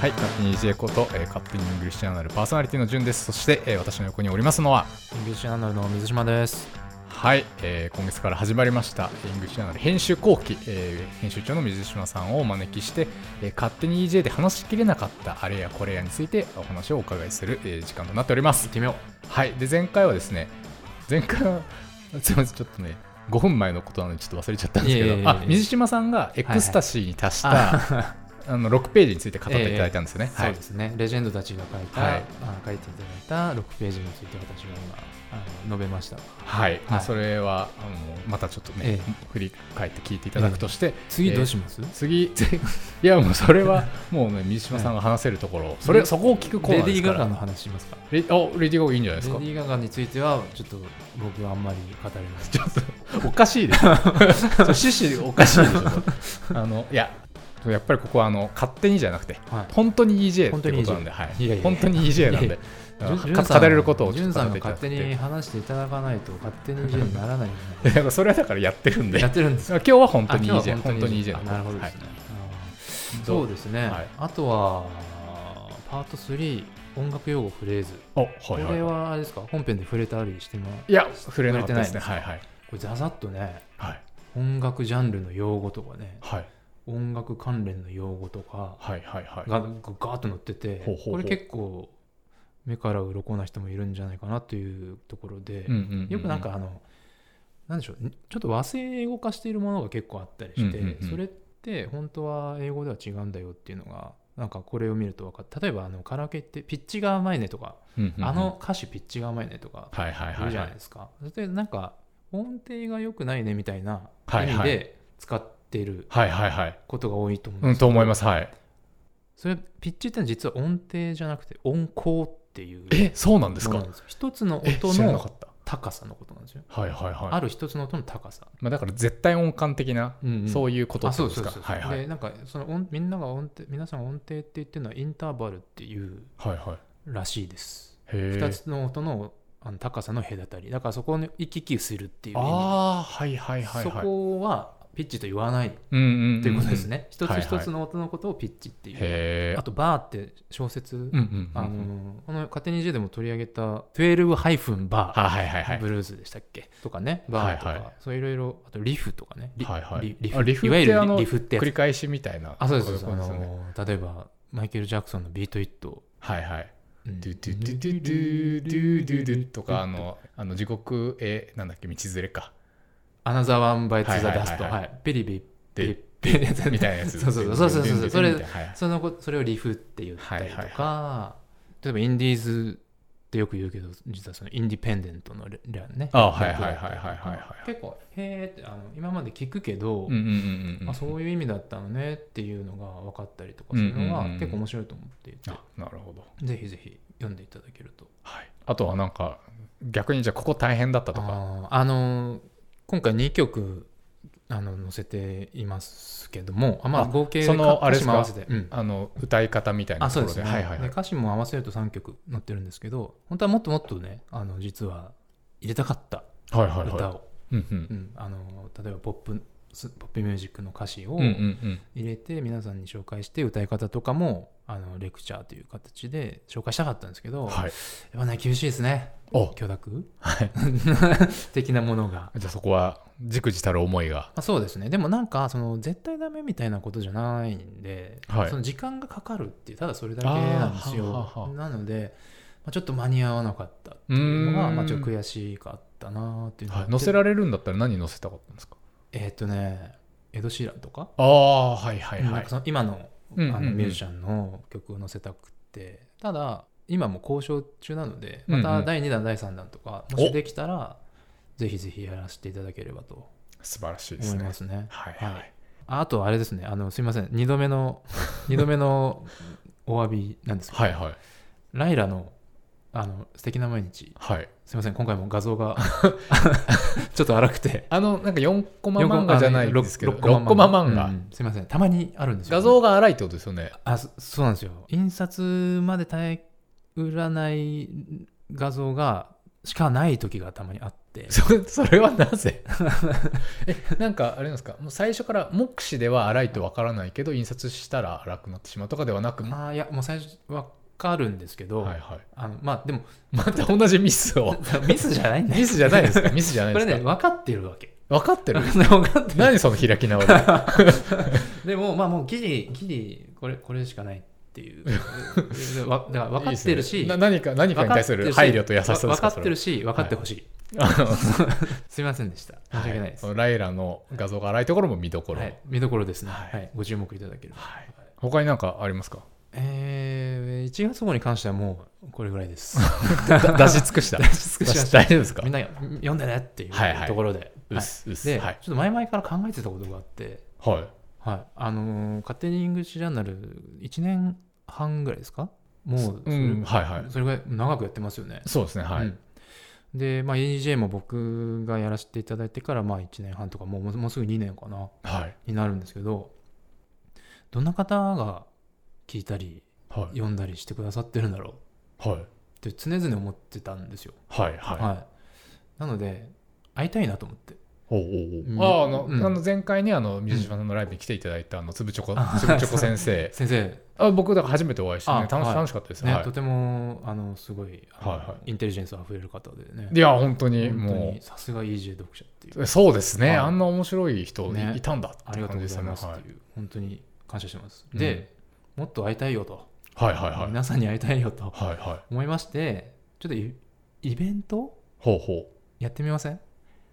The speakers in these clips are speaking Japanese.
はい、勝手に EJ こと、えー勝手にイングリッシュアナルパーソナリティの順です。そして、えー私の横におりますのは、イングリッシュアナルの水島です。はい、えー今月から始まりました、イングリッシュアナル編集後期、えー編集長の水島さんをお招きして、えー勝手に EJ で話しきれなかったあれやこれやについてお話をお伺いする、えー時間となっております。てみよはい、で、前回はですね、前回は、 すいません、ちょっとね、5分前のことなのでちょっと忘れちゃったんですけど、いえいえいえあ水島さんがエクスタシーに達した、ああの6ページについて語っていただいたんですよね。はそういで、すね、レジェンドたちが書いた、はいあ書いていただいた6ページについて私が今あの述べましたはいまあはいそれはあのまたちょっとね、ええ振り返って聞いていただくとして、次どうします、次 いやもうそれはもうね水島さんが話せるところ、それそこを聞くコーナレーデでィすかー・ガらガの話しますかレディーあレディーガガいいんじゃないレでデすかィー・ガガについてはちょっと僕はあんまり語れないちょっとおかしい ですょ趣旨おかしいでし ょあのいややっぱりここはあの勝手にじゃなくてはい本当に EJ 本って当にこと EJ なんではいいやいや本当に EJ なんいやでいあじゅのんじゅんさ語んれることをじちょゅっんとさん語っがていただい勝て手に話していただかないと勝手に EJ にならないんでいやそれはだからやってるんでやってるんです今日は本当あに今 EJ 日は本当に EJ あのなるほどですね、あーそうですね、はいあとはパート3音楽用語フレーズ、はい、おはいこはいれはいはあれですか本編で触れたりしてもいや触れなかったですね触はいはいこれざざっとねはい音楽ジャンルの用語とかねはい音楽関連の用語とかはいはいはいががガーッと載っててほうほうほうこれ結構目から鱗な人もいるんじゃないかなというところで、うんうんうんうんよくなんかあのなんでしょうちょっと和製英語化しているものが結構あったりして、うんうんうんそれって本当は英語では違うんだよっていうのがなんかこれを見ると分かる例えばあのカラオケって「ピッチが甘いね」とか、うんうんうんあの歌手ピッチが甘いね」とかはいはいいはるいじゃはないいですか。それでなんか音程が良くないねみたいな意はい味はいで使ってるはいはいはいことが多いと思うんうでんすけとど思いますはいそれピッチってのは実は音程じゃなくて音高っていうえそうなんですものかなんですよ一つのえ音知らなかのった高さのことなんですよ。はいはいはいある一つの音の高さ。まあ、だから絶対音感的な、そういうことあってそこうとでそすかうそう。はいはいでなんかその音みんなが音程皆さんが音程って言ってるのはインターバルっていうはいはいらしいです。へ二えつの音のあの高さの隔たりだからそこを行き来するっていう意味ああはいはいはいそはいこはピッチと言わないうんうんんんということですね、うん一つ一つの音のことをピッチっていう、へえあとバーって小説、うんうんうんあうのんこの「勝手に J」でも取り上げた「12ハイフンバー」あはいはいはいブルーズでしたっけとかねバーとか、はいはいそういろいろあとリフとかねリ,、はいはいリリあフリフいわゆってあるのリフってや繰りつ返しみたいなあそうですそうこでとすよねあの例えばマイケル・ジャクソンの「ビート・イット」はいはいうんドゥドゥドゥドゥドゥドゥドゥドゥとかあのあの地獄へなんだっけ道連れ かアナザーワンバイツザダスト、ははいいはいペリビペリでペリってやつみたいなやつそうそうそうそうそうそうそれみたいなはいそのこそれをリフって言ったりとか、はいはい例えばインディーズってよく言うけど実はそのインディペンデントのレレねあはいはいはいはいはいはい結構「へえ」ってあの今まで聞くけど、うんうんうんうんあそういう意味だったのねっていうのが分かったりとかするのうんはうんうんうん結構面白いと思っていて、あなるほどぜひぜひ読んでいただけるとはいあとはなんか逆にじゃあここ大変だったとかあーあの今回2曲あの載せていますけどもあまああ合計そのかあれですか歌詞も合わせて、うんあの歌い方みたいなあとこそうろですでね、はいはいはでい歌詞も合わせると3曲載ってるんですけど本当はもっともっとねあの実は入れたかったはいはいはい歌を、うんうんうん、あの例えばポップスポップミュージックの歌詞をうんうん入れて皆さんに紹介して歌い方とかもあのレクチャーという形で紹介したかったんですけうど、んやっはいぱね厳しいですねお許諾はい 的なものが。じゃあそこはじくじたる思いがまあ、そうですねでもなんかその絶対ダメみたいなことじゃないんで、はいその時間がかかるっていうただそれだけなんですあーよはあはあなので、まあ、ちょっと間に合わなかったっていうのうーがんまあ、ちょっと悔しかったなっていうのがはあっいて載せられるんだったら何載せたかったんですかえーっ、とねエド・シーランとか,、ああはいはいなはんいかその今のあうんうんうんのミュージシャンの曲を載せたくってただ今も交渉中なのでうんうまんた第2弾第3弾とかもしできたらぜひぜひやらせていただければと素晴らしいです思いねますね。はいはい、はいああとあれですね、あのすみません、2度 目の二度目のお詫びなんですけど、はいはいライラのあの素敵な毎日、はいすみません、今回も画像が ちょっと荒くて、あのなんか4コマ漫画じゃないですけど6コマ漫画、うんすみません、たまにあるんですよ、画像が荒いってことですよねあそそうなんですよ、印刷まで耐えうらない画像がしかない時がたまにあって、ってそそれはな ぜえなんかあれなんですかもう最初から目視では荒いとわからないけど印刷したら荒くなってしまうとかではなくはああいやもう最初分かるんですけいど、はいあのまあでも また同じミスをミスじゃないんだよミスじ ゃないですかミスじゃないこでれすかね分かってるわけ分かってる分かって る何その開 き直りはでもまあもうギリギリこれこれしかないっていうで わだから分かってるしいいですねな何か何かに対する分かって配慮るしと優しさですかわ分かってるしし分かってほしい、すいませんでした申し訳ないです、はいライラの画像が荒いところも見どころ、見どころですね、ははいいご注目いただければ、他に何かあり ますかえー、1月号に関してはもうこれぐらいですだ出し尽くした出し尽くしました大丈夫ですかみんな読んでねっていはいはいうところで、うっすうっはいすで、はいちょっと前々から考えてたことがあって、はいはいあのー、勝手にイングリッシュジャーナル1年半ぐらいですかもうそれ,、うんはいはいそれぐらい長くやってますよねそうですねはい、うんで、まあ、AJ も僕がやらせていただいてから、まあ、1年半とかもうもうもうすぐ2年かなはいになるんですけどどんな方が聞いたりはい読んだりしてくださってるんだろうはいって常々思ってたんですよ。はいはい、はいなので会いたいなと思っておうおうおうあああの,、うんあの前回にあの水島さんのライブに来ていただいたあのつぶちょこあつぶちょこ先生先生、あ僕だから初めてお会いして、ねあ、楽しはい楽しかったです、ねはいとてもあのすごいあのはいはいインテリジェンスあふれる方でねいや本当に本当もにさすが EJ 読者っていううそうですね、はいあんな面白い人ねいたんだっあてりがと感うじごでざすいよねますっていう、本当に感謝してます。で、もっと会いたいよと、はいはいはいはい皆さんに会いたいよとはいはい思いましてちょっとイイベントほうほやってみませんう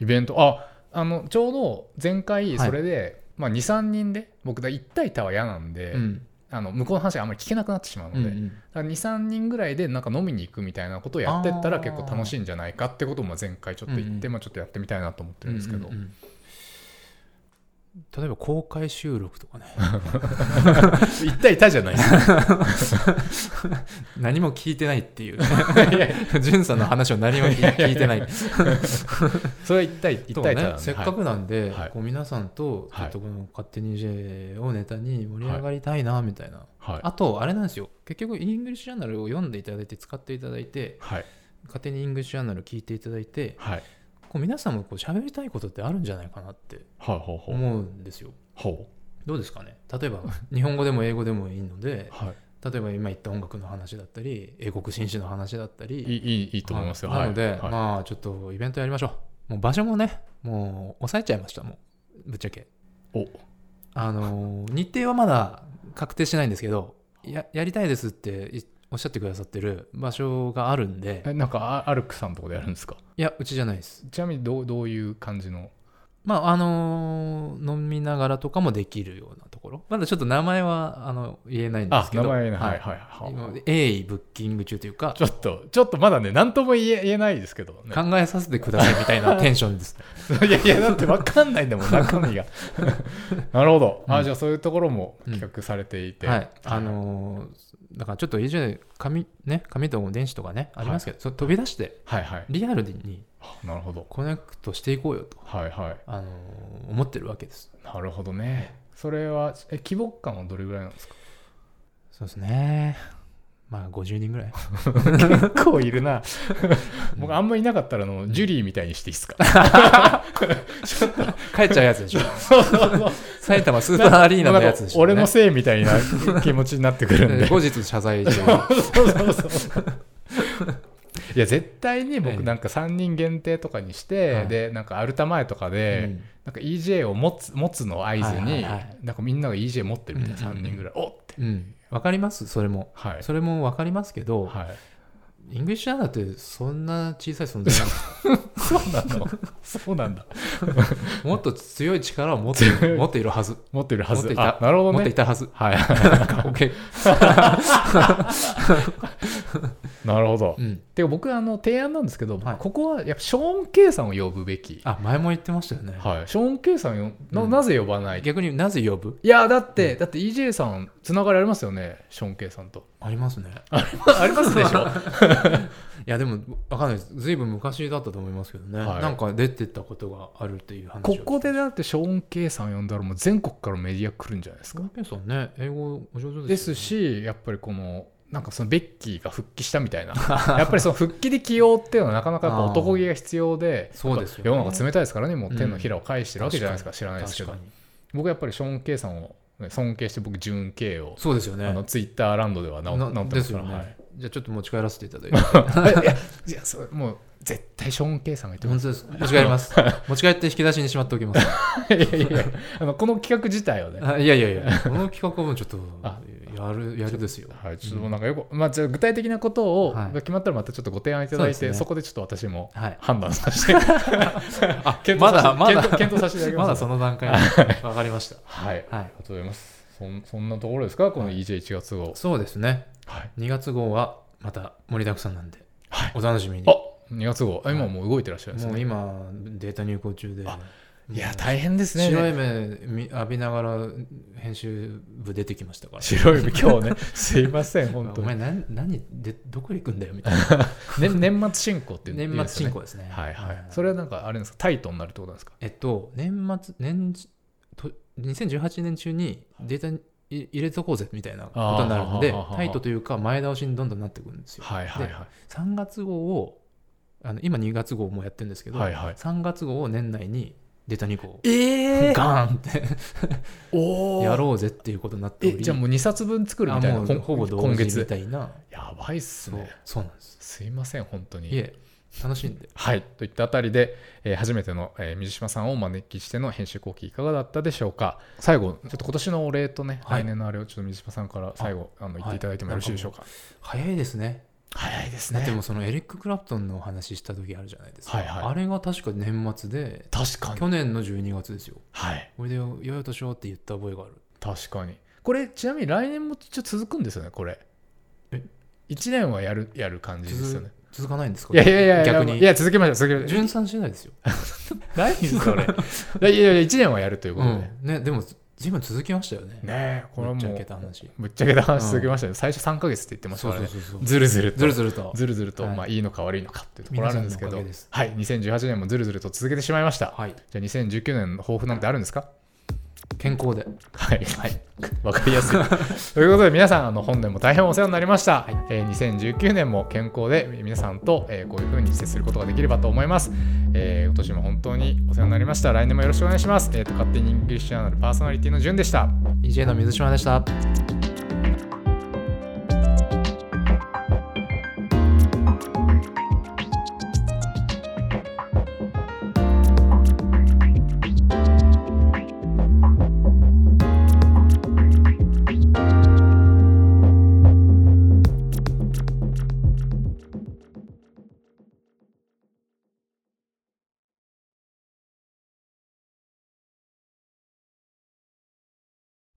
イベントああのちょうど前は回いそれで、まあ、23人で僕だ1対1は嫌なんで、うんあの向こうの話があんまり聞けなくなってしまうのうで、んうん23人ぐらいでなんか飲みに行くみたいなことをやってったらあー結構楽しいんじゃないかってことも前回ちょっと言って、うんうんまあ、ちょっとやってみたいなと思ってるんですけど、うんうんうん例えば公開収録とかね 一対一対じゃないですか何も聞いてないっていう いやい 潤さんの話を何も聞い聞い てないそれは一対一と対一ねなんでせっかはいくなんで、はいこう皆さんとちはょいっとこの「勝手に J」をネタに盛り上がりたいなみたいな、はいあとあれなんですよ結局イングリッシュジャーナルを読んでいただいて使っていただいてはい勝手にイングリッシュジャーナル聞いていただいてはいこう皆さんもこう喋りたいことってあるんじゃないかなってはいほうほう思うんですよ。ほどうですかね例えば日本語でも英語でもいいのでうはい例えば今言った音楽の話だったり英国紳士の話だったいいりいいいいと思いますよははいなので、はいまあちょっとイベントやりましょうもう場所もねもう抑えちゃいましたもうぶっちゃけおあのー日程はまだ確定してないんですけどややりたいですっていおっしゃってくださってる場所があるんでえなんかあアルクさんのとこでやるんですかいやうちじゃないですちなみにどうどういう感じのまああのー飲みながらとかもできるようなところまだちょっと名前はあの言えないんであすけ名ど前ねははいいはいは今い鋭意ブッキング中というかちょっとちょっとまだね何とも言え言えないですけどね考えさせてくださいみたいなテンショ ンですねいやいやだって分かんないんだもん中身 がなるほど、うあんじゃあそういうところも企画されていて、はいあのーだからちょっと以上に紙ね紙と電子とかねありますけど、それ飛び出してはいはいリアルにあなるほどコネクトしていこうよと、はいはいあのー思ってるわけですなるほどねそれはえ規模感はどれぐらいなん ですかそうですねまあ50人ぐらい結構いるな僕あんまいなかったらあのジュリーみたいにしていいですか帰っちゃうやつ でしょそうそうそう埼玉スーパーアリーナのやつでしょ、ね、俺のせいみたいな気持ちになってくるんでで後日謝罪してそうそうそう。いや絶対にえ僕えなんか3人限定とかにして、はいでなんかアルタ前とかで、うんなんか EJ を持つ持つの合図に、はいはいはいなんかみんなが EJ 持ってるみたいなうん3人ぐらい、おっってうん、わかりますそれもはいそれもわかりますけど、はいイングリッシュアナってそんな小さい存在なんだそうなの そうなんだ もっと強い力を持っている持っているはず持ってるは持っずていたあなるほど持ってねいたは ずはい OK なるほど、うんてか僕あの提案なんですけど、はいここはやっぱショーン・ケイさんを呼ぶべき、あ前も言ってましたよね、はい、ショーン・ケイさんをな,、うんなぜ呼ばないい逆になぜ呼ぶやだって、だって EJ さんつながりありますよねショーン・ケイさんとありますね ありますでし ょいやでもわかんないですずいぶん昔だったと思いますけどね、はいなんか出てったことがあるっていう話をここでだってショーン・ケイさん呼んだらもう全国からメディア来るんじゃないです小か。池さんね英語お上手でですよすねしやっぱりこのなんかそのベッキーが復帰したみた いなやっぱりその復帰で起用っていうのはなかなかやっぱ男気が必要でそうですよね世の中冷たいですからねもう手のひらを返してるわけじゃないですか、知らないですけ確どかに僕はやっぱりショーン・ケイさんをね尊敬して僕ジュン・ケイを、そうですよあのねツイッターランドでは直な直ってでますすかよら、ね、はいじゃあちょっと持ち帰らせていただ いていやいやそれもう絶対ショーン・ケイさんが言って本当です持ち帰ります 持ち帰って引き出しにしまっておきますいやいやいやあのこの企画自体をね、あいやいやいやこの企画はもうちょっとあやるやるですよはい、ちょっともうなんかよく、まあ、じゃあ具体的なことを、はいが決まったらまたちょっとご提案いただいてそうそ,、ですねこでちょっと私もはい判断さ せて、あ検ま討させだまだ検討検討させていただきますまだその段階にわかりましたはい、ありはいがとうございますそんそんなところですかこの EJ1 月号そうですねはい、 2月号はまた盛りだくさんなんで、はいお楽しみにあ2月号あ今もう動いてらっしゃるんですもねう今データ入稿中であいや大変ですね白い目み浴びながら編集部出てきましたから白い部今日ね すいません本当お前に、何何でどこ行くんだよみたいなね、年末進行っていう年末進行ですねはいはいそれはなんかあれなんですかタイトになるってことなんですかえっと年末年次と2018年中にデータにい入れとこうぜみたいなことになるのであーははははタイトというか前倒しにどんどんなってくるんですよはいはいは3月号をあの今2月号もやってるんですけいど、はいはい3月号を年内にデータ2個えガーンっておやろうぜっていうことになっておえりじゃあもう2冊分作るみたいあなもうこんほぼ同今時み月たいなやばいっすそうねそうなんですすいません本当いにえ楽しんではいといったあたりで、えー初めての、えー水島さんをお招きしての編集後期いかがだったでしょうか最後ちょっと今年のお礼とね、はい来年のあれをちょっと水島さんから最後あの言っていただいてもよろしいでしょうか、早いですね早いですだってもうそのエリック・クラプトンのお話しした時あるじゃないですか、はいはいあれが確か年末で確かに去年の12月ですよはいこれでよいよ年をって言った覚えがある確かにこれちなみに来年も一応続くんですよねこれえ1年はやるやる感じですよね続続かないんですかいやいやいやいや逆にいや続けましょう続けましょう純算してないですよ、何それ いやいやいや1年はやるといううことで、んね、でも随分続きましたよねねえこれはぶっちもゃうけた話ぶっちゃけた話続きましたね、最初3か月って言ってましたそうからそうねそうそうずるずるとずるずるとずるずると、はいまあいいのか悪いのかっていうところあるんですけど皆さはい2018年もずるずると続けてしまいました、はいじゃあ2019年の抱負なんてあるんですか健康ではい、はい、 わかりやすい。という ことで、皆さん、あの本年も大変お世話になりました。えー2019年も健康で、皆さんと、えーこういう風に接することができればと思います。えー今年も本当にお世話になりました。来年もよろしくお願いします。えっ、と、勝手にイングリッシュアナルパーソナリティのじゅんでした。 EJ の水島でした